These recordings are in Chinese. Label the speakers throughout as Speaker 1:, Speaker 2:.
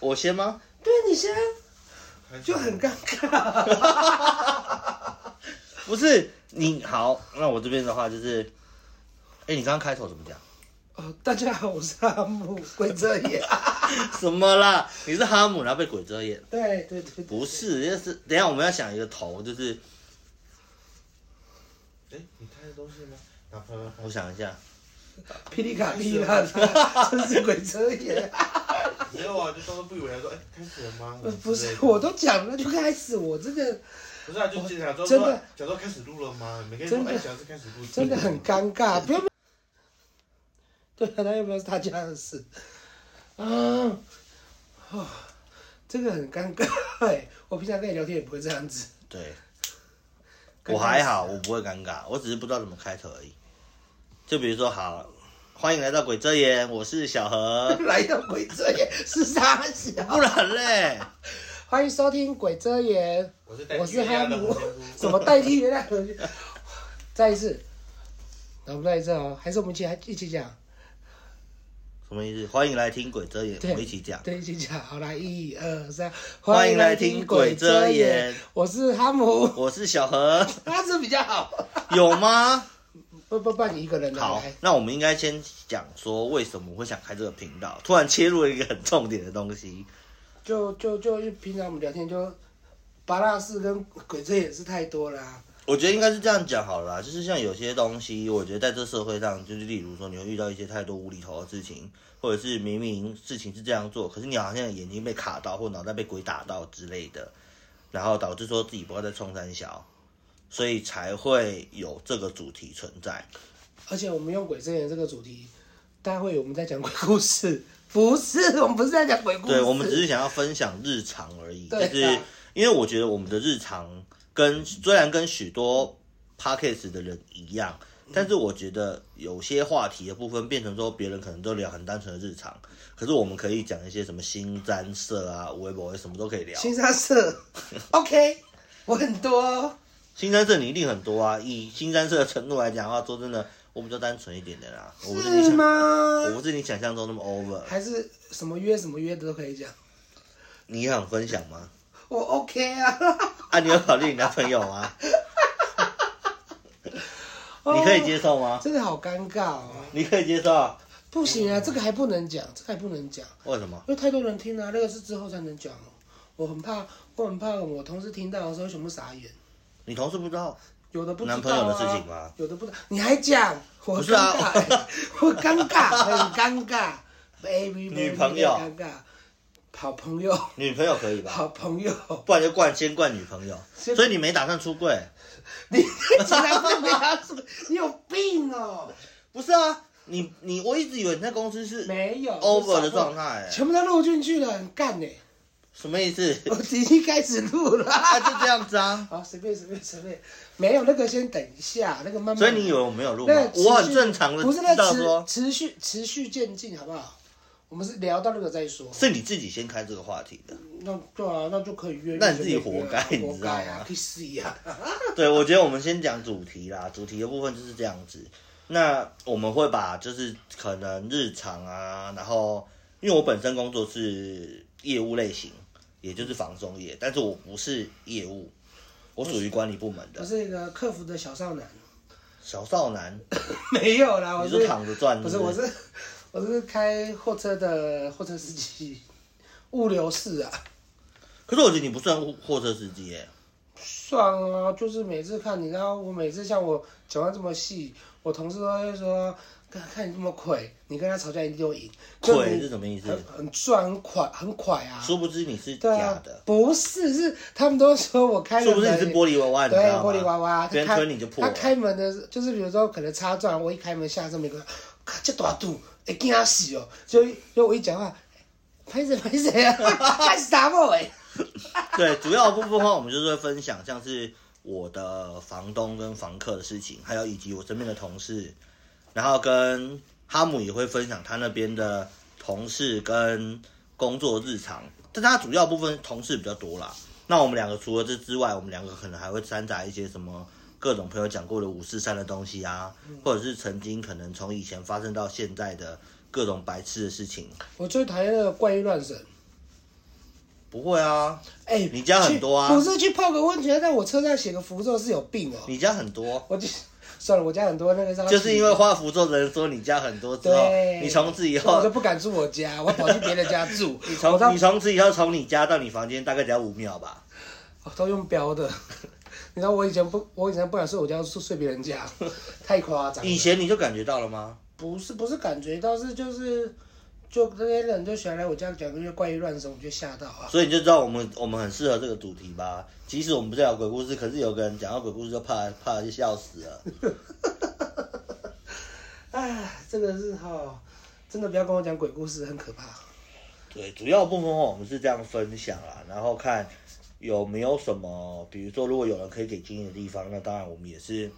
Speaker 1: 我先吗？
Speaker 2: 对你先就很尴尬。
Speaker 1: 不是你好，那我这边的话就是，哎、你刚刚开头怎么讲？
Speaker 2: 哦，大家好，我是阿木鬼遮眼。
Speaker 1: 什么啦？你是哈姆，然后被鬼遮眼？
Speaker 2: 对对对对，
Speaker 1: 不是，人家是等一下我们要想一个头，就是
Speaker 3: 哎，你看的东西吗？打啪啪
Speaker 1: 我想一下，
Speaker 2: 噼里卡噼里啪啦，真是鬼 遮眼。
Speaker 3: 啪！没有啊，就装作不以为然说，哎，开始了吗？
Speaker 2: 呃不
Speaker 3: 之类
Speaker 2: 是，
Speaker 3: 的
Speaker 2: 我都讲了就开始，我这个
Speaker 3: 不是啊，就假装
Speaker 2: 真
Speaker 3: 说
Speaker 2: 的，
Speaker 3: 假装开始录了吗？每个人
Speaker 2: 真
Speaker 3: 说，
Speaker 2: 的
Speaker 3: 哎，假装开始录，
Speaker 2: 真的很尴 尬，不要。对啊，那又不是他家的事。啊，哦，这个很尴尬哎，我平常跟你聊天也不会这样子。
Speaker 1: 对
Speaker 2: 尴尬，
Speaker 1: 我还好，我不会尴尬，我只是不知道怎么开头而已。就比如说，好，欢迎来到鬼遮眼，我是小何
Speaker 2: 来到鬼遮眼是啥
Speaker 1: 不
Speaker 2: 小？
Speaker 1: 然嘞，
Speaker 2: 欢迎收听《鬼遮眼
Speaker 3: 我是代》，
Speaker 2: 我
Speaker 3: 替
Speaker 2: 是
Speaker 3: 大家
Speaker 2: 哈
Speaker 3: 的
Speaker 2: 姆
Speaker 3: 红仙姑。。
Speaker 2: 什么代替原谅和谐？再一次，那我们再一次哦，还是我们一起一起讲，
Speaker 1: 什么意思？欢迎来听鬼遮眼，
Speaker 2: 对
Speaker 1: 我们一起讲。
Speaker 2: 对，一起讲。好来，一二三，
Speaker 1: 欢迎来听鬼遮眼，
Speaker 2: 我是哈姆，
Speaker 1: 我是小何，
Speaker 2: 他是比较好。
Speaker 1: 有吗？
Speaker 2: 不不不，你一个人来啊
Speaker 1: 好
Speaker 2: 来，
Speaker 1: 那我们应该先讲说为什么我会想开这个频道，突然切入了一个很重点的东西。
Speaker 2: 就就就因为平常我们聊天就，八大事跟鬼遮眼是太多了、啊。
Speaker 1: 我觉得应该是这样讲好了啦，就是像有些东西，我觉得在这社会上，就是例如说，你会遇到一些太多无厘头的事情，或者是明明事情是这样做，可是你好像眼睛被卡到，或脑袋被鬼打到之类的，然后导致说自己不要再冲三小，所以才会有这个主题存在。
Speaker 2: 而且我们用鬼遮眼这个主题，大家会以为我们在讲鬼故事，不是，我们不是在讲鬼故事。
Speaker 1: 对，我们只是想要分享日常而已，就
Speaker 2: 对啊
Speaker 1: 是因为我觉得我们的日常跟虽然跟许多 podcast 的人一样，但是我觉得有些话题的部分变成说别人可能都聊很单纯的日常，可是我们可以讲一些什么新三色啊、微博什么都可以聊。
Speaker 2: 新 沙社，OK，我很多哦、
Speaker 1: 新三色你一定很多啊，以新三色的程度来讲的话，说真的，我比较单纯一点的啦，我不是你
Speaker 2: 是
Speaker 1: 想，
Speaker 2: 吗
Speaker 1: 我？不是你想象中那么 over。
Speaker 2: 嗯还是什么约什么约的都可以讲，
Speaker 1: 你想分享吗？
Speaker 2: 我 OK 啊。
Speaker 1: 啊，你有考虑你男朋友吗？ 你可以接受吗？
Speaker 2: 真的好尴尬 哦，
Speaker 1: 你可以接受？
Speaker 2: 不行
Speaker 1: 嗯
Speaker 2: 啊，这个还不能讲，这个还不能讲。
Speaker 1: 为什么？
Speaker 2: 因为太多人听啊了、那个是之后才能讲哦。我很怕，我很怕我同事听到的时候全部傻眼，
Speaker 1: 你同事不知道？
Speaker 2: 有的不知道、啊、
Speaker 1: 男朋友的事情吗？
Speaker 2: 有的不知道，你还讲，我
Speaker 1: 不
Speaker 2: 尴
Speaker 1: 是啊
Speaker 2: 尬、我尴尬，很 尴尬。baby，
Speaker 1: 女朋友
Speaker 2: 尴尬，好朋友，
Speaker 1: 女朋友可以吧？
Speaker 2: 好朋友，
Speaker 1: 不然就惯先惯女朋友，
Speaker 2: 先
Speaker 1: 所以你没打算出柜？
Speaker 2: 你竟然会聊这个，你有病哦！
Speaker 1: 不是啊，你你我一直以为你在公司是
Speaker 2: 没有啊
Speaker 1: over 的状，态、欸，
Speaker 2: 全部都录进去了，很干呢、
Speaker 1: 什么意思？
Speaker 2: 我已经开始录了。
Speaker 1: 啊，就这样子啊。
Speaker 2: 好，哦随便随便随便，没有那个先等一下，那个慢慢。
Speaker 1: 所以你以为我没有录吗
Speaker 2: 嗯那？个持续
Speaker 1: 我很正常的
Speaker 2: 不是那
Speaker 1: 知道
Speaker 2: 个
Speaker 1: 说，
Speaker 2: 持持续持续渐进，好不好？我们是聊到那个再说。
Speaker 1: 是你自己先开这个话题的。
Speaker 2: 那对啊，那就可以约。
Speaker 1: 那你自己
Speaker 2: 就可以约
Speaker 1: 活该
Speaker 2: 啊
Speaker 1: 你知道吗
Speaker 2: 活该啊，去死 呀！
Speaker 1: 对，我觉得我们先讲主题啦，主题的部分就是这样子。那我们会把就是可能日常啊，然后因为我本身工作是业务类型，也就是防中业，但是我不是业务，我属于管理部门
Speaker 2: 我
Speaker 1: 的
Speaker 2: 是一个客服的小少男，
Speaker 1: 小少男。
Speaker 2: 没有啦，我
Speaker 1: 你
Speaker 2: 是
Speaker 1: 是躺着赚？
Speaker 2: 不是我是 我是开货车的货车司机，物流室啊，
Speaker 1: 可是我觉得你不算货货车司机耶，
Speaker 2: 算啊，就是每次看你，然后我每次像我讲话这么细，我同事都会说，看看你这么魁，你跟他吵架一定就赢，就
Speaker 1: 鬼
Speaker 2: 你
Speaker 1: 是什么意思
Speaker 2: 很？很赚很快很快啊，
Speaker 1: 殊不知你是
Speaker 2: 对
Speaker 1: 假
Speaker 2: 啊
Speaker 1: 的，，
Speaker 2: 不是是他们都说我开
Speaker 1: 殊
Speaker 2: 的
Speaker 1: 不
Speaker 2: 门
Speaker 1: 知你是玻璃娃娃，你
Speaker 2: 对
Speaker 1: 知道吗
Speaker 2: 玻璃娃娃，
Speaker 1: 别
Speaker 2: 他
Speaker 1: 人
Speaker 2: 开
Speaker 1: 推你就破
Speaker 2: 他
Speaker 1: 了。
Speaker 2: 开门的就是比如说可能插钻，我一开门下这么一个，咔这大肚，会惊死哦，就就我一讲话，拍谁拍谁啊， 干啥嘛喂，
Speaker 1: 对，主要的部分的话，我们就是会分享像是我的房东跟房客的事情，还有以及我身边的同事，然后跟哈姆也会分享他那边的同事跟工作日常，但他主要部分同事比较多啦。那我们两个除了这之外，我们两个可能还会掺杂一些什么各种朋友讲过的五四三的东西啊，或者是曾经可能从以前发生到现在的各种白痴的事情。
Speaker 2: 我最讨厌那个怪力乱神。
Speaker 1: 不会啊，
Speaker 2: 哎、
Speaker 1: 你家很多啊
Speaker 2: 去不是去泡个温泉，在我车上写个符咒是有病哦、
Speaker 1: 你家很多，
Speaker 2: 我就算了，我家很多那个让他
Speaker 1: 就是
Speaker 2: 去
Speaker 1: 因 为画符咒的人说你家很多之后，
Speaker 2: 对，
Speaker 1: 你从此以
Speaker 2: 所以我就
Speaker 1: 后，
Speaker 2: 不敢住我家，我跑去别人家住
Speaker 1: 你，
Speaker 2: 我
Speaker 1: 从
Speaker 2: 到
Speaker 1: 你从此以后从你家到你房间大概只要五秒吧。
Speaker 2: 我哦都用标的。 你知道我以前不，我以前不敢睡我家，睡睡别人家，太夸张了。
Speaker 1: 以前你就感觉到了吗？
Speaker 2: 不是不是感觉到是就是，就那些人就喜欢来我家讲那些怪力乱神，我就吓到啊。
Speaker 1: 所以你就知道我们我们很适合这个主题吧。其实我们不是聊鬼故事，可是有个人讲到鬼故事就怕怕就笑死 了。
Speaker 2: 哎，这个是哈、真的不要跟我讲鬼故事，很可怕。
Speaker 1: 对，主要部分的话我们是这样分享啦，然后看有没有什么，比如说如果有人可以给建议的地方，那当然我们也是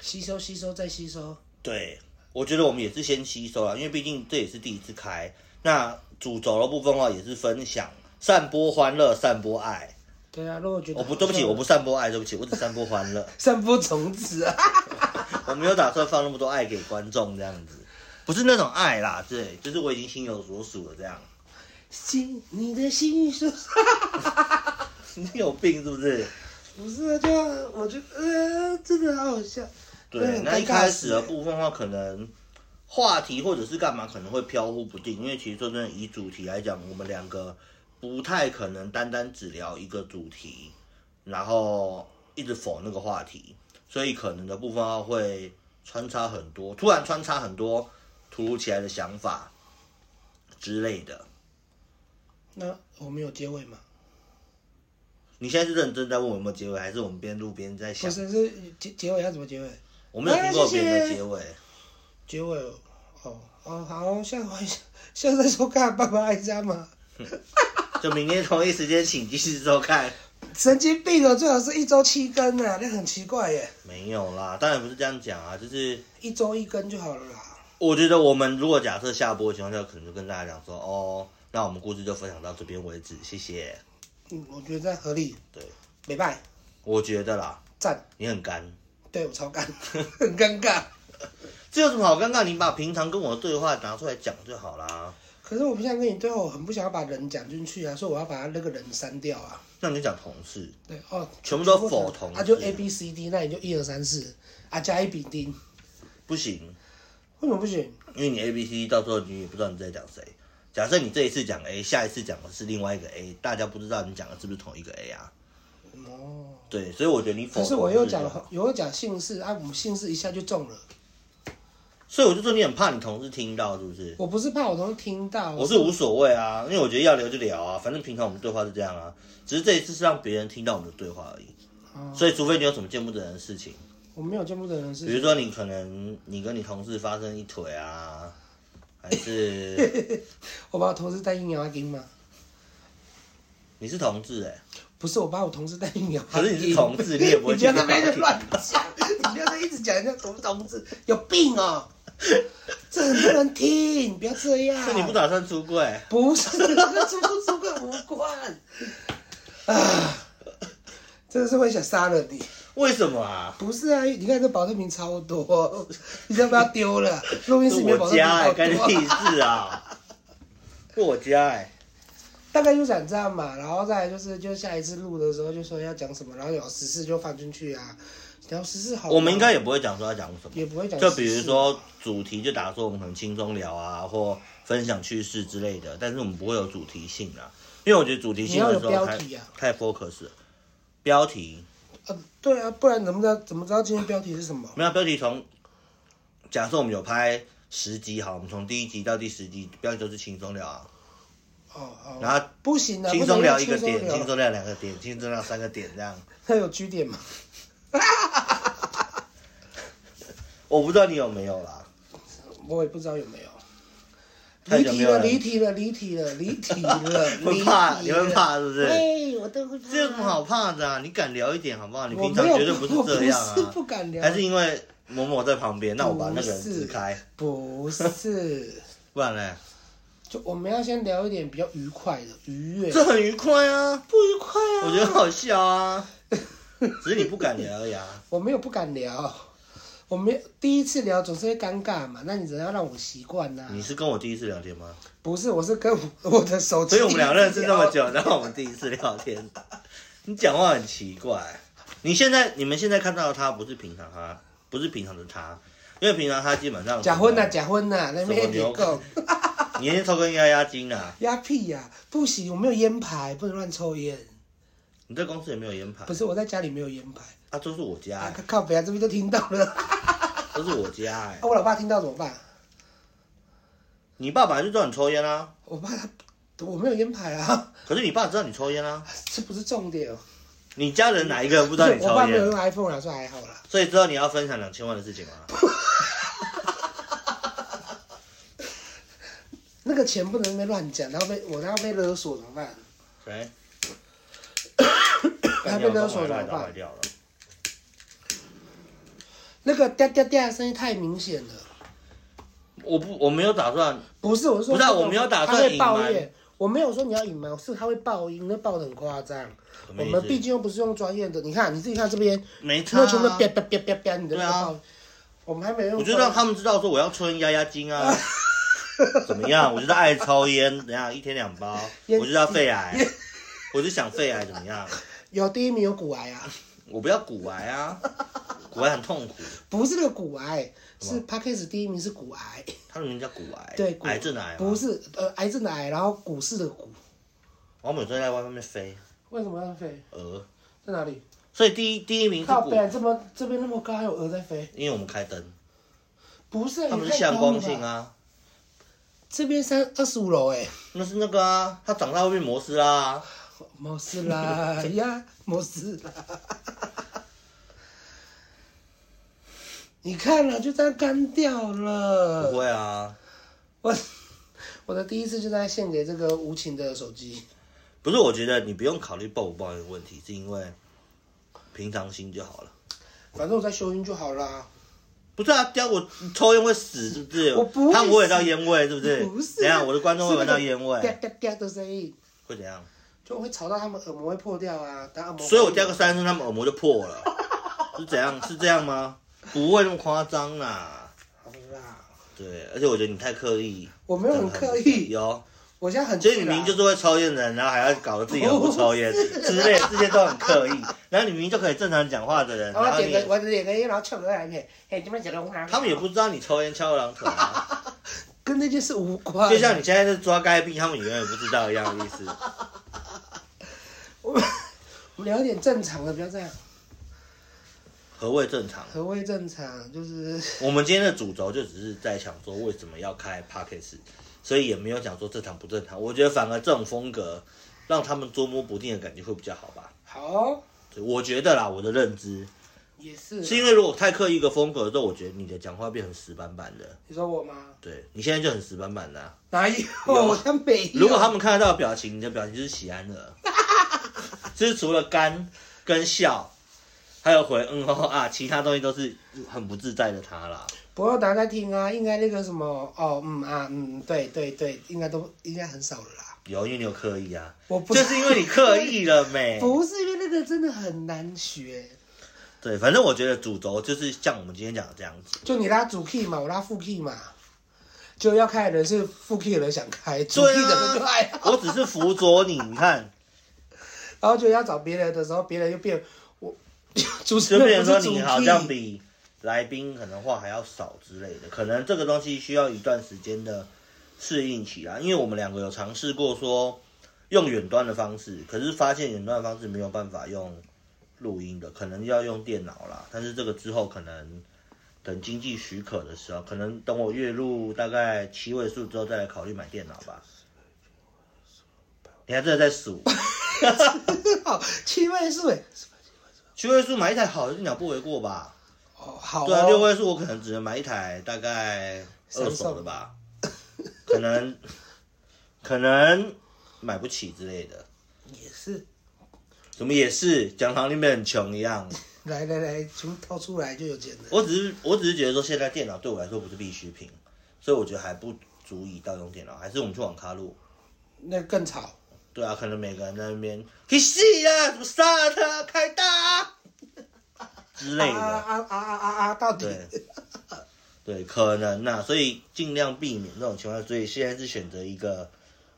Speaker 2: 吸收吸收再吸收，
Speaker 1: 对，我觉得我们也是先吸收啦，因为毕竟这也是第一次开。那主轴的部分的话也是分享、散播欢乐、散播爱。
Speaker 2: 对啊，如果觉得
Speaker 1: 我哦不对不起，我不散播爱，对不起，我只散播欢乐。
Speaker 2: 散播种子啊。
Speaker 1: 我没有打算放那么多爱给观众这样子，不是那种爱啦，对，就是我已经心有所属了这样。
Speaker 2: 心，你的心是
Speaker 1: 你有病是不是？
Speaker 2: 不是啊？就我就呃，真的好好笑。
Speaker 1: 对，
Speaker 2: 很
Speaker 1: 那一
Speaker 2: 尴尬
Speaker 1: 开始的
Speaker 2: 死欸
Speaker 1: 部分的话，可能话题或者是干嘛可能会飘忽不定，因为其实说真的，以主题来讲，我们两个不太可能单单只聊一个主题，然后一直否那个话题，所以可能的部分的话会穿插很多，突然穿插很多突如其来的想法之类的。
Speaker 2: 那我们有结尾吗？
Speaker 1: 你现在是认真在问我有没有结尾，还是我们边录边在
Speaker 2: 不
Speaker 1: 想？
Speaker 2: 是，是结结尾要怎么结尾？
Speaker 1: 我没有听过别人
Speaker 2: 哎谢
Speaker 1: 的
Speaker 2: 谢
Speaker 1: 结尾。
Speaker 2: 结尾哦哦好，下回下次再收看《爸爸爱家》吗？
Speaker 1: 就明天同一时间，请继续收看。
Speaker 2: 神经病哦，最好是一周七更啊，那很奇怪耶，
Speaker 1: 没有啦，当然不是这样讲啊，就是
Speaker 2: 一周一更就好了啦。
Speaker 1: 我觉得我们如果假设下播的情况下，可能就跟大家讲说，哦，那我们故事就分享到这边为止，谢谢。
Speaker 2: 嗯，我觉得这样合理。
Speaker 1: 对，
Speaker 2: 没拜，
Speaker 1: 我觉得啦，
Speaker 2: 赞，
Speaker 1: 你很干，
Speaker 2: 对我超尴， 很尴尬。
Speaker 1: 这有什么好尴尬？你把平常跟我的对话拿出来讲就好啦。
Speaker 2: 可是我不想跟你对话，我很不想要把人讲进去啊，所以我要把他那个人删掉啊。
Speaker 1: 那你就讲同事，
Speaker 2: 对哦，
Speaker 1: 全部都否同
Speaker 2: 啊，就
Speaker 1: 志
Speaker 2: A B C D，那你就一二三四啊，加一丙丁，
Speaker 1: 不行，
Speaker 2: 为什么不行？
Speaker 1: 因为你 A、B、C 到时候你也不知道你在讲谁。假设你这一次讲 A，下一次讲的是另外一个 A，大家不知道你讲的是不是同一个 A 啊？
Speaker 2: 哦，
Speaker 1: 对，所以我觉得你否
Speaker 2: 可
Speaker 1: 同事啊
Speaker 2: 是
Speaker 1: 就好。
Speaker 2: 我又讲了，我又讲姓氏啊，我们姓氏一下就中了。
Speaker 1: 所以我就说你很怕你同事听到，是不是？
Speaker 2: 我不是怕我同事听到，
Speaker 1: 我是无所谓啊，因为我觉得要聊就聊啊，反正平常我们对话是这样啊，只是这一次是让别人听到我们的对话而已。
Speaker 2: 哦
Speaker 1: 所以，除非你有什么见不得人的事情，
Speaker 2: 我没有见不得人
Speaker 1: 比如
Speaker 2: 是
Speaker 1: 说你可能你跟你同事发生一腿啊，还是
Speaker 2: 我把我同事带阴阳给嘛，
Speaker 1: 你是同志哎、
Speaker 2: 不是我把我同事带阴阳。
Speaker 1: 可是你是同志你也不会
Speaker 2: 你不要在
Speaker 1: 去
Speaker 2: 那边乱讲， 你不要在一直讲人家同同志有病哦，这很多人听，不要这样。
Speaker 1: 那你不打算出柜？
Speaker 2: 不是跟出不出柜无关 啊！真的是会想杀了你。
Speaker 1: 为什么啊？
Speaker 2: 不是啊，你看这保特瓶超多，你要不要丢了？录音室
Speaker 1: 是
Speaker 2: 里面保
Speaker 1: 我
Speaker 2: 特瓶
Speaker 1: 家哎、
Speaker 2: 好
Speaker 1: 干你屁
Speaker 2: 多。
Speaker 1: 事 啊！是我家哎、
Speaker 2: 大概就想这样嘛，然后再来就是，就下一次录的时候就说要讲什么，然后有十四就放进去啊，然后十四好玩。
Speaker 1: 我们应该也不会讲说要讲什么。
Speaker 2: 也不会讲，
Speaker 1: 就比如，说主题，就打说我们很轻松聊啊，或分享趣事之类的，但是我们不会有主题性啊，因为我觉得主题性的时
Speaker 2: 你要
Speaker 1: 候
Speaker 2: 有
Speaker 1: 太
Speaker 2: 标题啊
Speaker 1: 太 focus 了。标题
Speaker 2: 呃，对啊，不然怎么知道怎么知道今天标题是什么？
Speaker 1: 没有标题从，假设我们有拍十集好，我们从第一集到第十集标题都是轻松聊啊，
Speaker 2: 哦哦，
Speaker 1: 然后
Speaker 2: 不行啊，
Speaker 1: 轻松聊一个
Speaker 2: 不能用
Speaker 1: 点，轻
Speaker 2: 轻松聊，
Speaker 1: 松聊两个点，轻松聊三个点这样。
Speaker 2: 那有据点吗？
Speaker 1: 我不知道你有没有啦，
Speaker 2: 我也不知道有没有。
Speaker 1: 太
Speaker 2: 离
Speaker 1: 久没
Speaker 2: 题
Speaker 1: 有
Speaker 2: 了，
Speaker 1: 人。
Speaker 2: 离题了，离题了，离题了
Speaker 1: 会怕，你
Speaker 2: 离题了
Speaker 1: 会？怕是不是？
Speaker 2: 哎，我都会怕。
Speaker 1: 这有什么好怕的啊？你敢聊一点好不好？你
Speaker 2: 我
Speaker 1: 平常
Speaker 2: 没有，
Speaker 1: 绝对不是
Speaker 2: 我
Speaker 1: 这样啊。
Speaker 2: 不是不敢聊，
Speaker 1: 还是因为某某在旁边，那我把那个人
Speaker 2: 不是
Speaker 1: 支开，
Speaker 2: 不是？
Speaker 1: 不然呢？
Speaker 2: 就我们要先聊一点比较愉快的、愉悦。
Speaker 1: 这很愉快啊，
Speaker 2: 不愉快 啊！
Speaker 1: 我觉得好笑啊，只是你不敢聊而已啊。
Speaker 2: 我没有不敢聊，我没有第一次聊总是会尴尬嘛，那你只要让我习惯呐。
Speaker 1: 你是跟我第一次聊天 吗？
Speaker 2: 不是，我是跟我我的手机。
Speaker 1: 所以我们俩认识这么，久，然后我们第一次聊天，你讲话很奇怪。你现在你们现在看到的他不是平常他，不是平常的他，因为平常他基本上
Speaker 2: 假婚呐、啊假婚呐、那
Speaker 1: 什么
Speaker 2: 边
Speaker 1: 牛
Speaker 2: 你够
Speaker 1: 你先抽根压压惊啊！
Speaker 2: 压屁呀、不行，我没有烟牌，不能乱抽烟。
Speaker 1: 你在公司也没有烟牌
Speaker 2: 不，是，我在家里没有烟牌。
Speaker 1: 啊，这是我家、
Speaker 2: 啊
Speaker 1: 欸，，
Speaker 2: 靠北啊，这边都听到了。啊，
Speaker 1: 这是我家、欸，
Speaker 2: 我老爸听到怎么办？
Speaker 1: 你爸本来就知道你抽烟啊，
Speaker 2: 我爸他我没有烟牌啊，
Speaker 1: 可是你爸知道你抽烟啊，
Speaker 2: 这不是重点哦。
Speaker 1: 你家人哪一个人不知道你
Speaker 2: 我
Speaker 1: 抽
Speaker 2: 爸没有
Speaker 1: 烟
Speaker 2: 用？iPhone 啊啦，所以还好啦。
Speaker 1: 所以知道你要分享两千万的事情吗？
Speaker 2: 哎那个钱不能被乱讲，然后被我然后被勒索怎么办？
Speaker 1: 谁？
Speaker 2: 他被勒索怎么
Speaker 1: 坏
Speaker 2: 办？
Speaker 1: 掉了。
Speaker 2: 那个哒哒哒的声音太明显了。
Speaker 1: 我不，我没有打算，
Speaker 2: 不是，我是说，
Speaker 1: 不是啊我没有打算
Speaker 2: 他会抱
Speaker 1: 隐瞒
Speaker 2: 怨，我没有说你要隐瞒，是他会爆音，那爆的很夸张。
Speaker 1: 什么
Speaker 2: 我
Speaker 1: 意思
Speaker 2: 们毕竟又不是用专业的，你看你自己看这边，
Speaker 1: 没差、
Speaker 2: 那全部
Speaker 1: 啊
Speaker 2: 啪。啪啪啪啪，你的
Speaker 1: 对
Speaker 2: 那
Speaker 1: 啊
Speaker 2: 个爆音，我们还没用。
Speaker 1: 我就让他们知道说我要抽烟压压惊 啊，怎么样？我就是爱抽烟，怎样？一天两包，
Speaker 2: 烟
Speaker 1: 我就是要肺癌，我就想肺癌怎么样？
Speaker 2: 有第一名有骨癌啊，
Speaker 1: 我不要骨癌啊，骨癌很痛苦，
Speaker 2: 不是那个骨癌，是 p a c k a g e 第一名是骨癌，
Speaker 1: 他的名字叫骨癌，
Speaker 2: 对，骨
Speaker 1: 癌症的癌吗
Speaker 2: 不，是呃癌症的癌，然后股市的股，
Speaker 1: 我每天在外面飞
Speaker 2: 为什么要飞？
Speaker 1: 鹅，
Speaker 2: 在哪里？
Speaker 1: 所以第一第一名是
Speaker 2: 靠
Speaker 1: 骨，
Speaker 2: 北，这么这边那么高，还有鹅在飞？
Speaker 1: 因为我们开灯，
Speaker 2: 不是，
Speaker 1: 他们是
Speaker 2: 哎也太
Speaker 1: 向
Speaker 2: 高了
Speaker 1: 光性
Speaker 2: 吧。
Speaker 1: 啊，
Speaker 2: 这边三二十五楼哎，
Speaker 1: 那是那个啊，他长大会变摩斯啦、啊，
Speaker 2: 没事啦呀，没事啦。你看了就这样干掉
Speaker 1: 不
Speaker 2: 了。
Speaker 1: 会啊，
Speaker 2: 我我的第一次就在献给这个无情的手机。
Speaker 1: 不是，我觉得你不用考虑报不报这个问题，是因为平常心就好了。
Speaker 2: 反正我在修音就好啦。
Speaker 1: 不是啊，掉我抽烟会死是不是？
Speaker 2: 我不会
Speaker 1: 他们闻到烟味是不是？
Speaker 2: 不是啊，
Speaker 1: 怎样？我的观众会闻到
Speaker 2: 是那
Speaker 1: 烟
Speaker 2: 个
Speaker 1: 味
Speaker 2: 啪啪啪的声音，
Speaker 1: 会怎样？
Speaker 2: 就会吵到他们耳膜会破掉啊，打耳膜。
Speaker 1: 所以我掉个三声，他们耳膜就破了， 是怎样？是这样吗？不会那么夸张啦。
Speaker 2: 好啦，
Speaker 1: 对，而且我觉得你太刻意，
Speaker 2: 我没有很刻意，
Speaker 1: 有，
Speaker 2: 我现在很自
Speaker 1: 所以
Speaker 2: 然。
Speaker 1: 你明明就是会抽烟的人，然后还要搞得自己很不抽烟之类，这些都很刻意。然后你明明就可以正常讲话的人，
Speaker 2: 然
Speaker 1: 然
Speaker 2: 后
Speaker 1: 后
Speaker 2: 我点
Speaker 1: 你
Speaker 2: 个我点个烟，然后翘个二郎腿，嘿，这边小龙花。
Speaker 1: 他们也不知道你抽烟翘二郎腿啊，
Speaker 2: 跟那件事无关。
Speaker 1: 就像你现在在抓该病，他们永远不知道一样的意思。
Speaker 2: 我们我们聊点正常的，不要这样。
Speaker 1: 何谓正常？
Speaker 2: 何谓正常？就是
Speaker 1: 我们今天的主轴就只是在想说为什么要开 p o c k e t 所以也没有讲说正常不正常。我觉得反而这种风格让他们捉摸不定的感觉会比较好吧。
Speaker 2: 好哦、
Speaker 1: 所以我觉得啦，我的认知
Speaker 2: 也是。啊
Speaker 1: 是因为如果太刻意一个风格之后，我觉得你的讲话变成死板板的。
Speaker 2: 你说我吗？
Speaker 1: 对你现在就很死板板的啊、
Speaker 2: 哪有？我像没有。
Speaker 1: 如果他们看得到的表情，你的表情就是喜安 的，就是除了干跟笑，还有回嗯 哦啊，其他东西都是很不自在的他啦。
Speaker 2: 不过大家在听啊，应该那个什么哦，嗯啊，嗯，对对对，应该都应该很少了啦。
Speaker 1: 有，因为你有刻意啊。
Speaker 2: 我不
Speaker 1: 就是因为你刻意了没？
Speaker 2: 不是因为那个真的很难学，
Speaker 1: 对，反正我觉得主轴就是像我们今天讲的这样子，
Speaker 2: 就你拉主 key 嘛，我拉副 key 嘛，就要开的人是副 key 的人想开，主 key 的人就爱
Speaker 1: 对啊，我只是辅佐你，你看，
Speaker 2: 然后就要找别人的时候，别人又变我 主持
Speaker 1: 就
Speaker 2: 人
Speaker 1: 变成
Speaker 2: 不
Speaker 1: 说
Speaker 2: 是主
Speaker 1: 你好像
Speaker 2: key
Speaker 1: 比来宾可能话还要少之类的，可能这个东西需要一段时间的适应期啦。因为我们两个有尝试过说用远端的方式，可是发现远端的方式没有办法用录音的，可能要用电脑啦。但是这个之后可能等经济许可的时候，可能等我月入大概七位数之后再来考虑买电脑吧。你还真的在数
Speaker 2: 七位数哎，
Speaker 1: 七位数买一台好的电脑不为过吧？
Speaker 2: 哦好哦
Speaker 1: 对啊，六位数我可能只能买一台大概二手的吧，可能可能买不起之类的。
Speaker 2: 也是，
Speaker 1: 怎么也是讲堂里面很穷一样，
Speaker 2: 来来来，从掏出来就有钱了。
Speaker 1: 我只是我只是觉得说现在电脑对我来说不是必需品，所以我觉得还不足以到用电脑，还是我们去网咖录。
Speaker 2: 那更吵，
Speaker 1: 对啊，可 能每个人在那边去死啊，什么杀了他，开大、啊。之类的。
Speaker 2: 啊啊啊啊啊啊！到底
Speaker 1: 对， 对，可能呐、所以尽量避免这种情况。所以现在是选择一个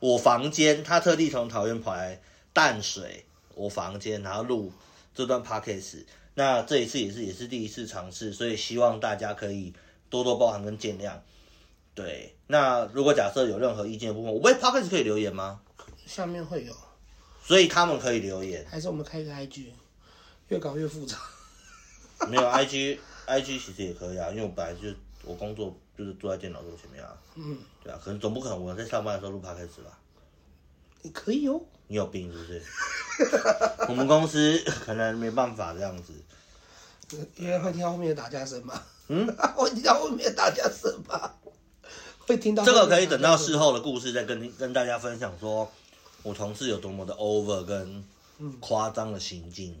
Speaker 1: 我房间，他特地从桃园跑来淡水我房间，然后录这段 podcast。那这一次也是也是第一次尝试，所以希望大家可以多多包涵跟见谅。对，那如果假设有任何意见的部分，我们 podcast 可以留言吗？
Speaker 2: 下面会有，
Speaker 1: 所以他们可以留言，
Speaker 2: 还是我们开个 IG，越搞越复杂。
Speaker 1: 没有 IG IG 其实也可以啊，因为我本来就我工作就是坐在电脑桌前面啊。
Speaker 2: 嗯，
Speaker 1: 对啊，可能总不可能我在上班的时候录 podcast 吧？
Speaker 2: 你可以哦。
Speaker 1: 你有病是不是？ 我们公司可能没办法这样子。
Speaker 2: 因为会听到后面的打架声吗？
Speaker 1: 嗯，
Speaker 2: 会听到后面的打架声吗？会听到
Speaker 1: 这个
Speaker 2: 后
Speaker 1: 可
Speaker 2: 面的打架声
Speaker 1: 以等到事后的故事再跟跟大家分享，说我同事有多么的 over 跟
Speaker 2: 嗯
Speaker 1: 夸张的行径。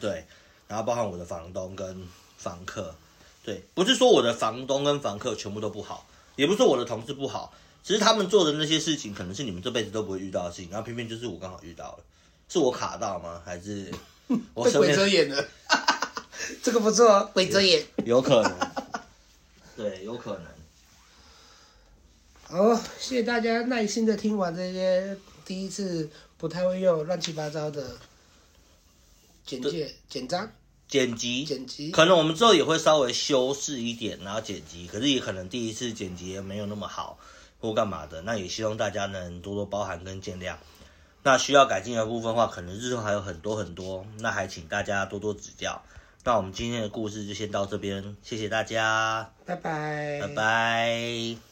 Speaker 1: 对，然后包含我的房东跟房客。对，不是说我的房东跟房客全部都不好，也不是说我的同事不好，只是他们做的那些事情，可能是你们这辈子都不会遇到的事情，然后偏偏就是我刚好遇到了，是我卡到吗？还是我
Speaker 2: 被
Speaker 1: 身
Speaker 2: 鬼遮
Speaker 1: 边
Speaker 2: 眼了。这个不错哦，鬼遮眼。
Speaker 1: 有可能？ 对，有可能。
Speaker 2: 好，谢谢大家耐心的听完这些第一次不太会用乱七八糟的简介、简章、
Speaker 1: 剪辑，
Speaker 2: 剪辑。
Speaker 1: 可能我们之后也会稍微修饰一点，然后剪辑，可是也可能第一次剪辑也没有那么好，或干嘛的。那也希望大家能多多包涵跟见谅。那需要改进的部分的话，可能日后还有很多很多，那还请大家多多指教。那我们今天的故事就先到这边，谢谢大家，
Speaker 2: 拜拜，
Speaker 1: 拜拜